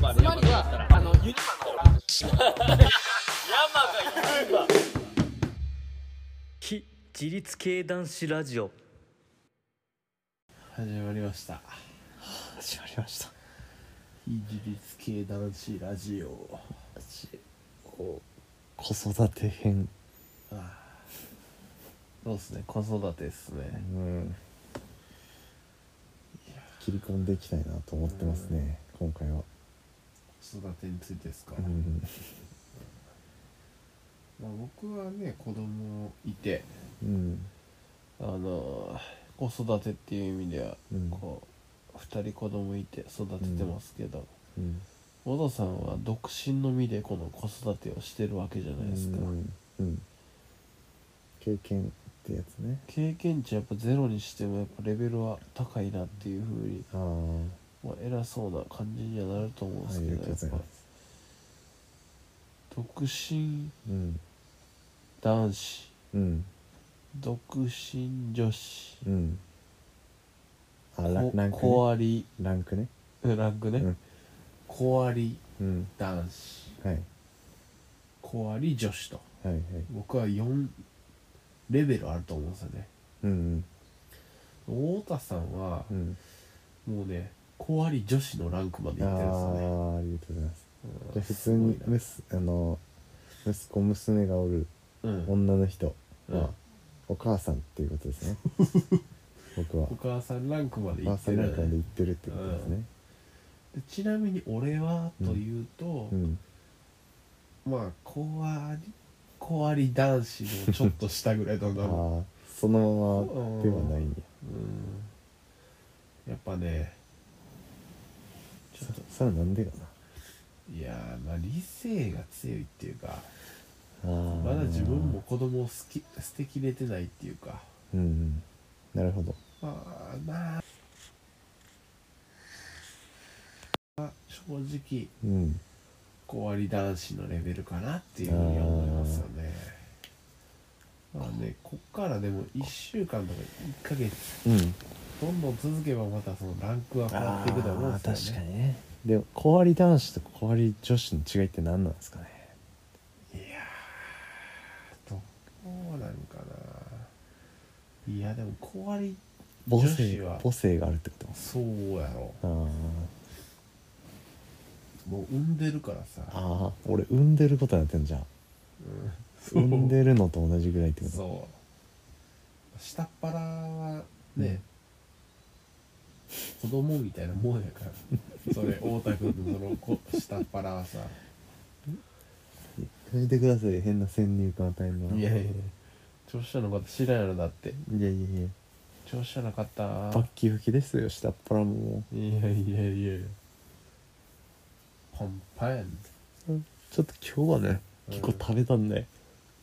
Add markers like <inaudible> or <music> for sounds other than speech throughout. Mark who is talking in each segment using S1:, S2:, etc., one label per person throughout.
S1: ま
S2: つまりはあのユニ
S1: 山が言うわ
S3: 非自律系男子ラジオ
S4: 始まりました
S3: 始まりました
S4: イギリス系男子ラジオ
S5: 子育て編
S4: そうですね子育てですね
S5: うん切り込んでいきたいなと思ってますね今回は
S4: 子育てについてですか、
S5: うん
S4: まあ、僕はね子供いて
S5: うん
S4: あのー子育てっていう意味では、
S5: うん
S4: こう2人子供いて育ててますけど、
S5: うん
S4: 小野さんは独身の身でこの子育てをしてるわけじゃないですか、
S5: うんうん経験ってやつね
S4: 経験値やっぱゼロにしてもやっぱレベルは高いなっていうふうに、
S5: ああ
S4: まあ、偉そうな感じにはなると思うんで
S5: はいあ
S4: すけ
S5: りが
S4: ど、
S5: とうござい
S4: やっ
S5: ま
S4: ぱ
S5: す
S4: 独身
S5: うん
S4: 男子
S5: うん
S4: 独身女子
S5: うんあララ
S4: こ
S5: ンクね
S4: 小あり
S5: ランクね
S4: ランクね、
S5: うん
S4: 小あり
S5: うん
S4: 男子
S5: はい
S4: 小あり女子と
S5: はいはい
S4: 僕は4レベルあると思うんですよね
S5: うん
S4: 太田さんは
S5: うんうん
S4: もうね小あり女子のランクまで
S5: あ
S4: いってるんですよね
S5: あありがとうございます
S4: うん
S5: じゃあ普通に
S4: すごいな
S5: むすあの息子娘がおる
S4: うん
S5: 女の人
S4: うん
S5: はお母さんっていうことです
S4: <laughs>
S5: ね僕は
S4: お
S5: お
S4: 母さんランクまでい
S5: 母
S4: って
S5: さんなん
S4: る
S5: かで言ってるってことですね
S4: でちなみに俺はというと、
S5: うん
S4: まあ小あり小あり男子のちょっと下ぐらいだ
S5: <laughs> あ
S4: な
S5: あそのままではないんや
S4: うんやっぱねちょっと
S5: それはなんでかない
S4: やーまあ理性が強いっていうか
S5: あー
S4: まだ自分も子供を好き捨てきれてないっていうか
S5: うんうんなるほど
S4: まあまあまあ正直
S5: うん
S4: 小割男子のレベルかなっていうふうに思いますよねまあねこっからでも1週間とか1ヶ月
S5: うん
S4: どんどん続けばまたそのランクは変わっていくと思うんですよね
S5: にねでも小割り男子と小割り女子の違いって何なんですかね
S4: どうなんかな。いやでも小割
S5: 母
S4: 女子
S5: 性
S4: は
S5: 母性があるってこと
S4: そうやろ。
S5: あー
S4: もう産んでるからさ。
S5: あー俺産んでることになってんじゃん
S4: そう
S5: 産んでるのと同じぐらいってこと
S4: そう。下っ腹はね、子供みたいなもんや
S5: <laughs>
S4: から。それ太田君のそのこ下っ腹はさ。
S5: やめてください変な先入観与えんの
S4: いやいやいや。調子の方知らんやろだって。
S5: いやいやいや
S4: 調子なかった。
S5: バッキ吹きですよ下っ腹も
S4: いやいやいや。パンパンやん。
S5: ちょっと今日はね結構食べたんで、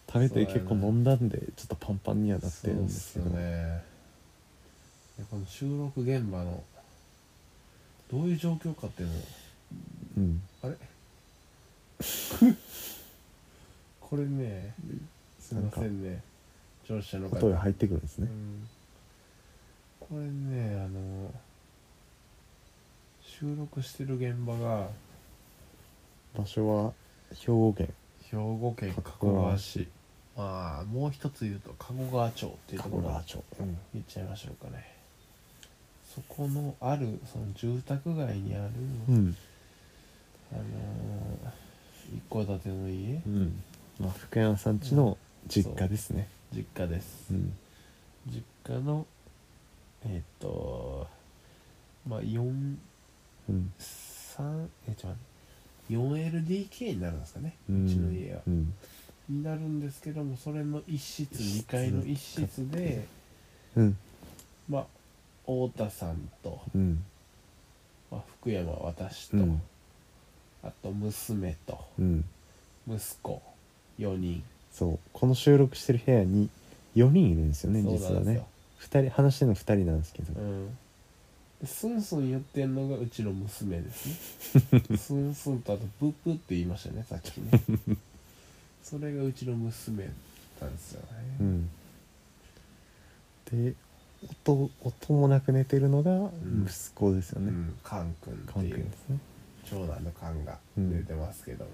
S5: 食べ
S4: そう
S5: て
S4: やな
S5: 結構飲んだんでちょっとパンパンにはなってるんですけど
S4: そうっすよねでこの収録現場のどういう状況かっていうのを
S5: うん
S4: あれこれねすいませんね聴者の方
S5: 音が入ってくるんです
S4: う
S5: ね、
S4: んこれねあの収録してる現場が
S5: 場所は兵庫県
S4: 兵庫県
S5: 加
S4: 加
S5: 古
S4: 古
S5: 川
S4: 川
S5: 市
S4: 市まあもう一つ言うと加古川町っていう
S5: 加
S4: と
S5: 古
S4: ころ
S5: 川
S4: が
S5: 町、うん
S4: 言っちゃいましょうかねそこのあるその住宅街にある、
S5: うん
S4: あのー一戸建ての家
S5: うんまあ福山さん家の実家ですね
S4: 実家です、
S5: うん
S4: 実家のえーっとまあ4
S5: うん
S4: 3えちょっと待って 4LDK になるんですかね、
S5: う
S4: うんちの家は、
S5: うん
S4: になるんですけどもそれの一室
S5: 一室
S4: 2階の一室で
S5: うん
S4: まあ太田さんと、
S5: うん
S4: まあ、福山私と、
S5: うん
S4: あと娘と
S5: うん
S4: 息子4人
S5: そうこの収録してる部屋に4人いるんですよね
S4: そう
S5: 実
S4: な
S5: は
S4: んです
S5: ね
S4: よ
S5: 2人話してるの2人なんですけど、
S4: うんでスンスン言ってんのがうちの娘です
S5: <laughs>
S4: ねスンスンとあとブッブって言いましたねさっきね
S5: <laughs>
S4: それがうちの娘なんですよね、
S5: うん、で音音もなく寝てるのが
S4: ん
S5: 息子ですよ
S4: う
S5: ね、
S4: んカン君っ
S5: カン
S4: てい
S5: 君
S4: う
S5: ですね
S4: 長男の感が
S5: うん
S4: 出てますけども、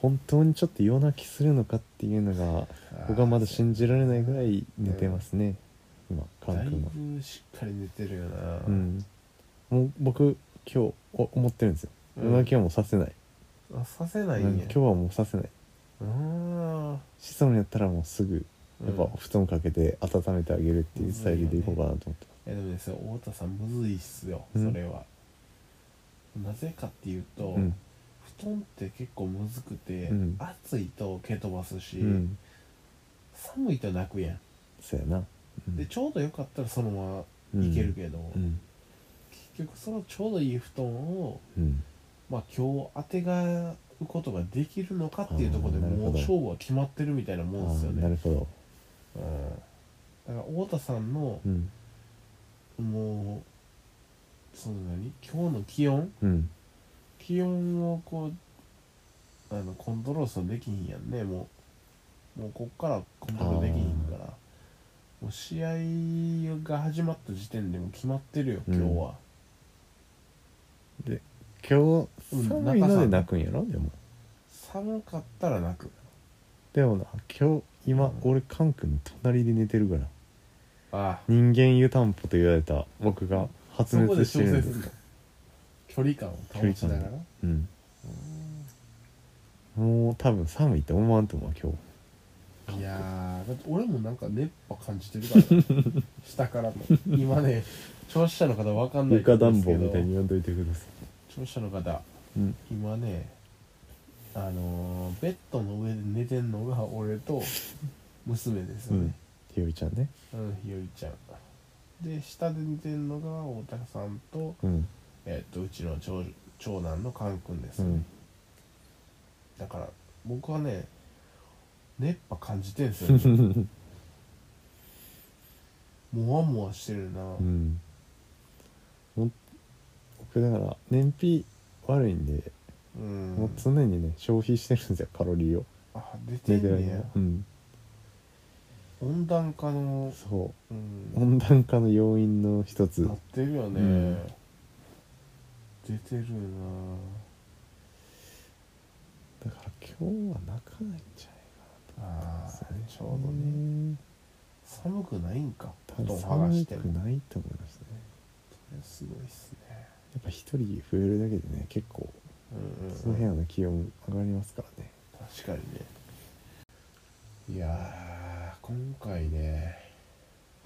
S5: 本当にちょっと夜泣きするのかっていうのが
S4: あー
S5: 僕はまだ信じられないぐらい寝てますね、今カ
S4: だ
S5: ン
S4: い
S5: 君は
S4: ぶしっかり寝てるよな、
S5: うんもう僕今日お思ってるんですよ
S4: うん
S5: 夜泣きはもうさせない、
S4: あさせない
S5: うん
S4: ん
S5: 今
S4: や
S5: 日はもうさせない
S4: あ
S5: しそうにやったらもうすぐ
S4: ー
S5: やっぱ
S4: うん
S5: お布団かけて温めてあげるっていうスタイルでいこうかなと思って、
S4: いやでもねそれ太田さんむずいっすよ、
S5: うん
S4: それはなぜかっていうと、
S5: うん
S4: 布団って結構むずくて、
S5: うん
S4: 暑いと蹴飛ばすし、
S5: うん
S4: 寒いと泣くやん
S5: そうやな、うん
S4: でちょうどよかったらそのままいけるけど、
S5: うん
S4: 結局そのちょうどいい布団を、
S5: うん
S4: まあ、今日当てがうことができるのかっていうところで
S5: あーなるほど
S4: もう勝負は決まってるみたいなもんですよ
S5: あーな
S4: ね
S5: るほど、
S4: うんだから太田さんの
S5: う、ん
S4: もうその何今日の気温
S5: うん、
S4: 気温をこうあのコントロールさできひんやんねもうもうこっからコントロールできひんからもう試合が始まった時点でもう決まってるよ
S5: うん
S4: 今日は、
S5: 今日寒
S4: うん
S5: いので泣くんやろでも
S4: 寒かったら泣く
S5: でもな今日今、
S4: うん
S5: 俺カン君の隣で寝てるから
S4: ああ
S5: 人間湯たんぽと言われた僕が発
S4: そこで
S5: 熱して
S4: 調
S5: るん
S4: 整
S5: ですす
S4: るの距離感を保ちながら
S5: うんもう多分寒いって思わんと思う今
S4: いやーだって俺もなんか熱波感じてるから
S5: <laughs>
S4: ね下からも今ね聴取者の方わかん
S5: 日
S4: ないと
S5: 床
S4: 思う
S5: 暖房
S4: んですけ
S5: みたいに
S4: ど
S5: 言わんといてくださ
S4: 聴取者の方
S5: い、うん、
S4: 今ねあのーベッドの上で寝てんのが俺と娘ですよね
S5: ひよりちゃんね
S4: うん、ひよりちゃんで下で寝てんのが太田さんと,、
S5: うん
S4: えっとうちの長女長男のカン君です、
S5: うん
S4: だから僕はね熱波感じてんすよ、ね、もわもわしてるな、
S5: うんもう僕だから燃費悪いんで、
S4: うん
S5: もう常にね消費してるんですよカロリーを
S4: あ出て
S5: 寝てる
S4: んねや
S5: 間うん
S4: 温暖化の、、
S5: そううん温暖化の要因の一つ
S4: なってるよね、
S5: うん
S4: 出てるな
S5: だから今日は泣かないんじゃ
S4: あ
S5: ないか
S4: あ
S5: な
S4: ちょうどね寒くないんか
S5: 多
S4: 布団
S5: 分
S4: 剥が
S5: 寒
S4: して
S5: く
S4: も
S5: ないと思いますね
S4: すごいっすね
S5: やっぱ一人増えるだけでね結構
S4: うんうん、うん、
S5: その部屋の気温上がりますからね
S4: 確かにねいやー今回ね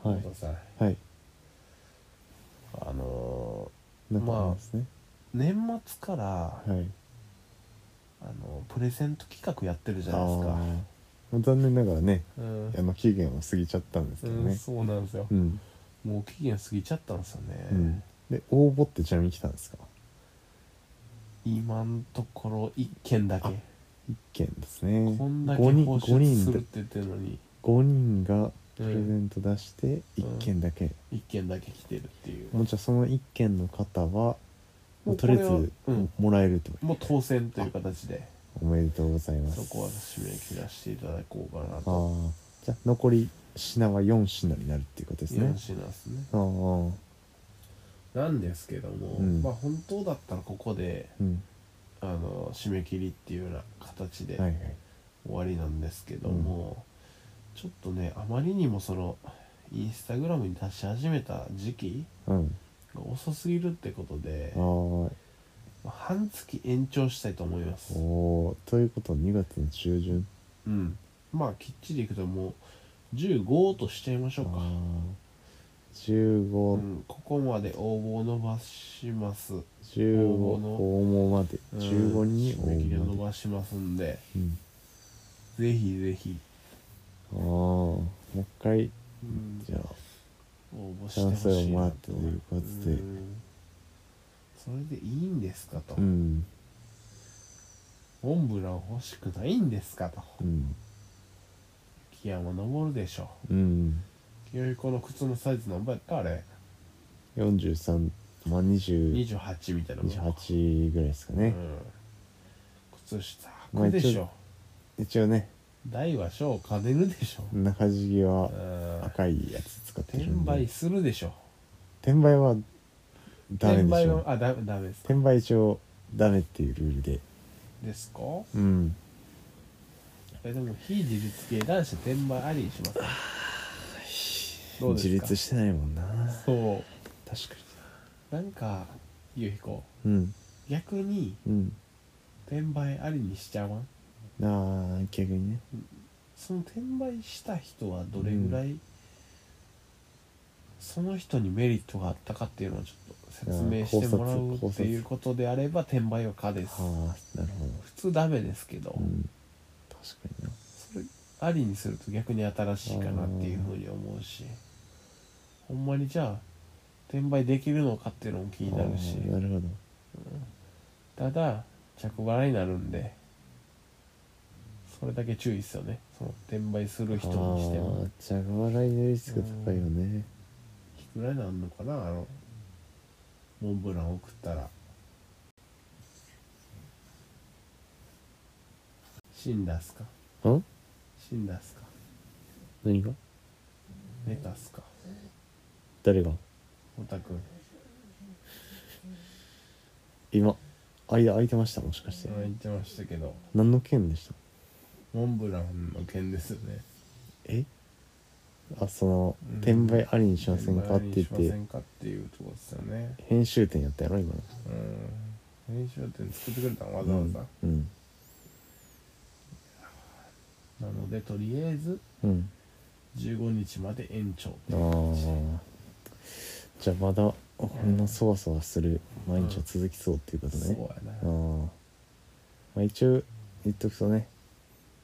S5: はい
S4: 太田さん
S5: はい
S4: あの
S5: なんかありますね、
S4: ー年末から、
S5: はい
S4: あのプレゼント企画やってるじゃ
S5: あ
S4: ないですか
S5: ー残念ながらね
S4: うん
S5: あの期限を過ぎちゃったんですけど
S4: う
S5: ね
S4: ん、そうなんですよ
S5: う、ん
S4: もう期限過ぎちゃったんですよね、
S5: うん、で応募ってちなみに来たんですか
S4: 今んところ1件だけ
S5: 一件ですね
S4: こんだけ
S5: 五人
S4: 放
S5: 五
S4: 出
S5: 人
S4: する
S5: で
S4: って言ってるのに
S5: 五人がプ
S4: うん
S5: レゼント出して一件だけ、
S4: 1件だけ来てるっていう
S5: もうじゃあその一件の方はも
S4: もう
S5: う
S4: ことれ
S5: り
S4: は
S5: あえず
S4: うん
S5: もらえると、
S4: もう当選という形で
S5: おめでとうございます
S4: そこは締め切らせていただこうかな
S5: あ
S4: と
S5: あじゃあ残り品は4品になるっていうことですね
S4: 4品ですね
S5: ああうん
S4: なんですけども、
S5: うん
S4: まあ本当だったらここで
S5: うん
S4: あの締め切りっていうような形で
S5: はいは
S4: 終
S5: い
S4: わりなんですけども、ちょっとねあまりにもそのインスタグラムに出し始めた時期
S5: うん
S4: が遅すぎるってことで
S5: ああお
S4: まあ半月延長したいと思います
S5: おーということは2月の中旬
S4: うんまあきっちりいくともう15としちゃいましょう
S5: あ
S4: か、
S5: あ15、
S4: うん、ここまで応募を伸ばします
S5: 15
S4: 応募の
S5: 応募まで
S4: うん
S5: 15に応
S4: 締め切りを伸
S5: 募まで
S4: ばしますんで
S5: うん
S4: ぜひぜひ、
S5: ああもう一回
S4: うん
S5: じゃあ
S4: 応募してほしいな
S5: チャンスをもらったということで
S4: うんそれでいいんですかと、
S5: うん
S4: モンブラン欲しくないんですかと
S5: うん
S4: 木山登るでしょ
S5: うん
S4: 清彦の靴のサイズ何倍やったあれ
S5: 43まあ20
S4: 28みたいなもん
S5: 28ぐらいですか
S4: う
S5: ね、
S4: ん、靴下履くでしょ、
S5: まあ一応ね
S4: 大は小を兼ねるでしょ、
S5: 中敷きは
S4: うん
S5: 赤いやつ使ってる
S4: 転
S5: んで
S4: 売するでしょ
S5: 転売はダメで
S4: 転売
S5: し
S4: の
S5: ょ
S4: あダメダメです
S5: 転売上ダメっていうルールで
S4: ですか
S5: うん
S4: えでも非自立系男子転売ありにし
S5: <sighs>
S4: ますどうです
S5: 自
S4: か
S5: 立してないもんな
S4: そう
S5: 確か
S4: なんかゆうひこ
S5: にうん
S4: 逆に
S5: うん
S4: 転売ありにしちゃわん
S5: ああ逆にね
S4: その転売した人はどれぐらい、その人にメリットがあったかっていうのをちょっと説明してもら
S5: あー考
S4: う
S5: 察
S4: っていうことであれば転売は可です
S5: はあなるほ
S4: 普通ダメですけど、
S5: どうん確かにな
S4: それありにすると逆に新しいかなっていうふうに思うしほんまにじゃあ転売できるのかっていうのも気になるし
S5: あーなるほど
S4: ただ着払いになるんでそれだけ注意ですよねその転売する人にしても
S5: あーじゃが笑いのリスク高いよね
S4: いくらになるのかなあのモンブラン送ったら死んだっすか
S5: うん
S4: 死んだっすか
S5: 何が
S4: 寝たっすか
S5: 誰が
S4: オタ君
S5: 今間空いてましたもしかして
S4: 言ってましたけど
S5: 何の件でした
S4: モンブランの件ですよね
S5: えあその
S4: うん
S5: 転売ありにしませんかって言っ
S4: 転売にしませ
S5: て
S4: んかっていうとこですよね
S5: 編集点やったやろ今の
S4: うん編集点作ってくれたのわざわざ、
S5: うん
S4: なのでとりあえず
S5: うん
S4: 15日まで延長って
S5: ああじゃあまだこんなそわそわする毎日は続きそうっていうこと
S4: そう
S5: ね、
S4: やな、
S5: ああまあ一応言っとくとね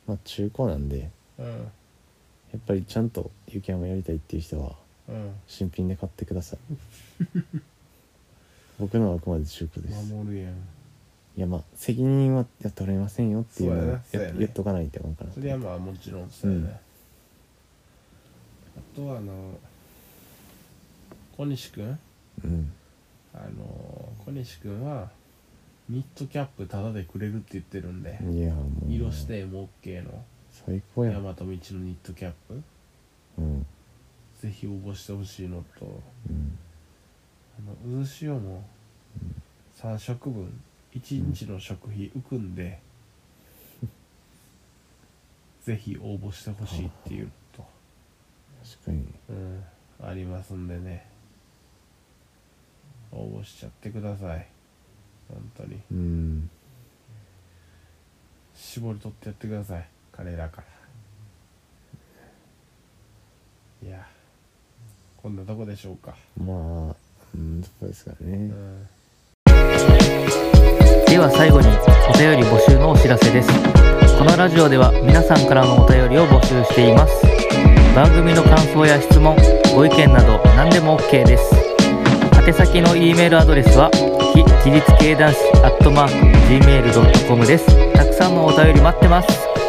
S5: まあ中古なんで
S4: うん
S5: やっぱりちゃんと雪山やりたいっていう人は
S4: うん
S5: 新品で買ってください
S4: <laughs>
S5: 僕のはあくまで中古です
S4: 守るやん
S5: いやまあ責任はや取れませんよっていうのをや
S4: そうやなそうやね
S5: 言っとかないといけないから
S4: それはまあもちろんそうやね、あとはあの小西君
S5: うん
S4: あの小西君はニットキャップタダでくれるって言ってるんで、
S5: いやもう
S4: 色指定も OK の
S5: 最高
S4: 大
S5: や
S4: 和
S5: ん
S4: 道のニットキャップ
S5: うん
S4: ぜひ応募してほしいのと
S5: うん
S4: あの渦潮も3食分1日の食費浮くんで、
S5: <laughs>
S4: ぜひ応募してほしいっていうのと、
S5: 確かに
S4: うん、ありますんでね応募しちゃってください本当に
S5: うん
S4: 絞り取ってやってください彼らからいやこんなとこでしょうか、
S5: まあうんそうですから
S4: う
S5: ね
S4: ん
S1: では最後にお便り募集のお知らせですこのラジオでは皆さんからのお便りを募集しています番組の感想や質問ご意見など何でも OK です宛先の E メールアドレスは非自立系男子 gmail.com ですたくさんのお便り待ってます